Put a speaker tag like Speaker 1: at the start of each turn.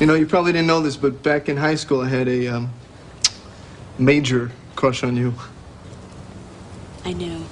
Speaker 1: You know, you probably didn't know this, but back in high school, I had a um, major crush on you.
Speaker 2: I knew.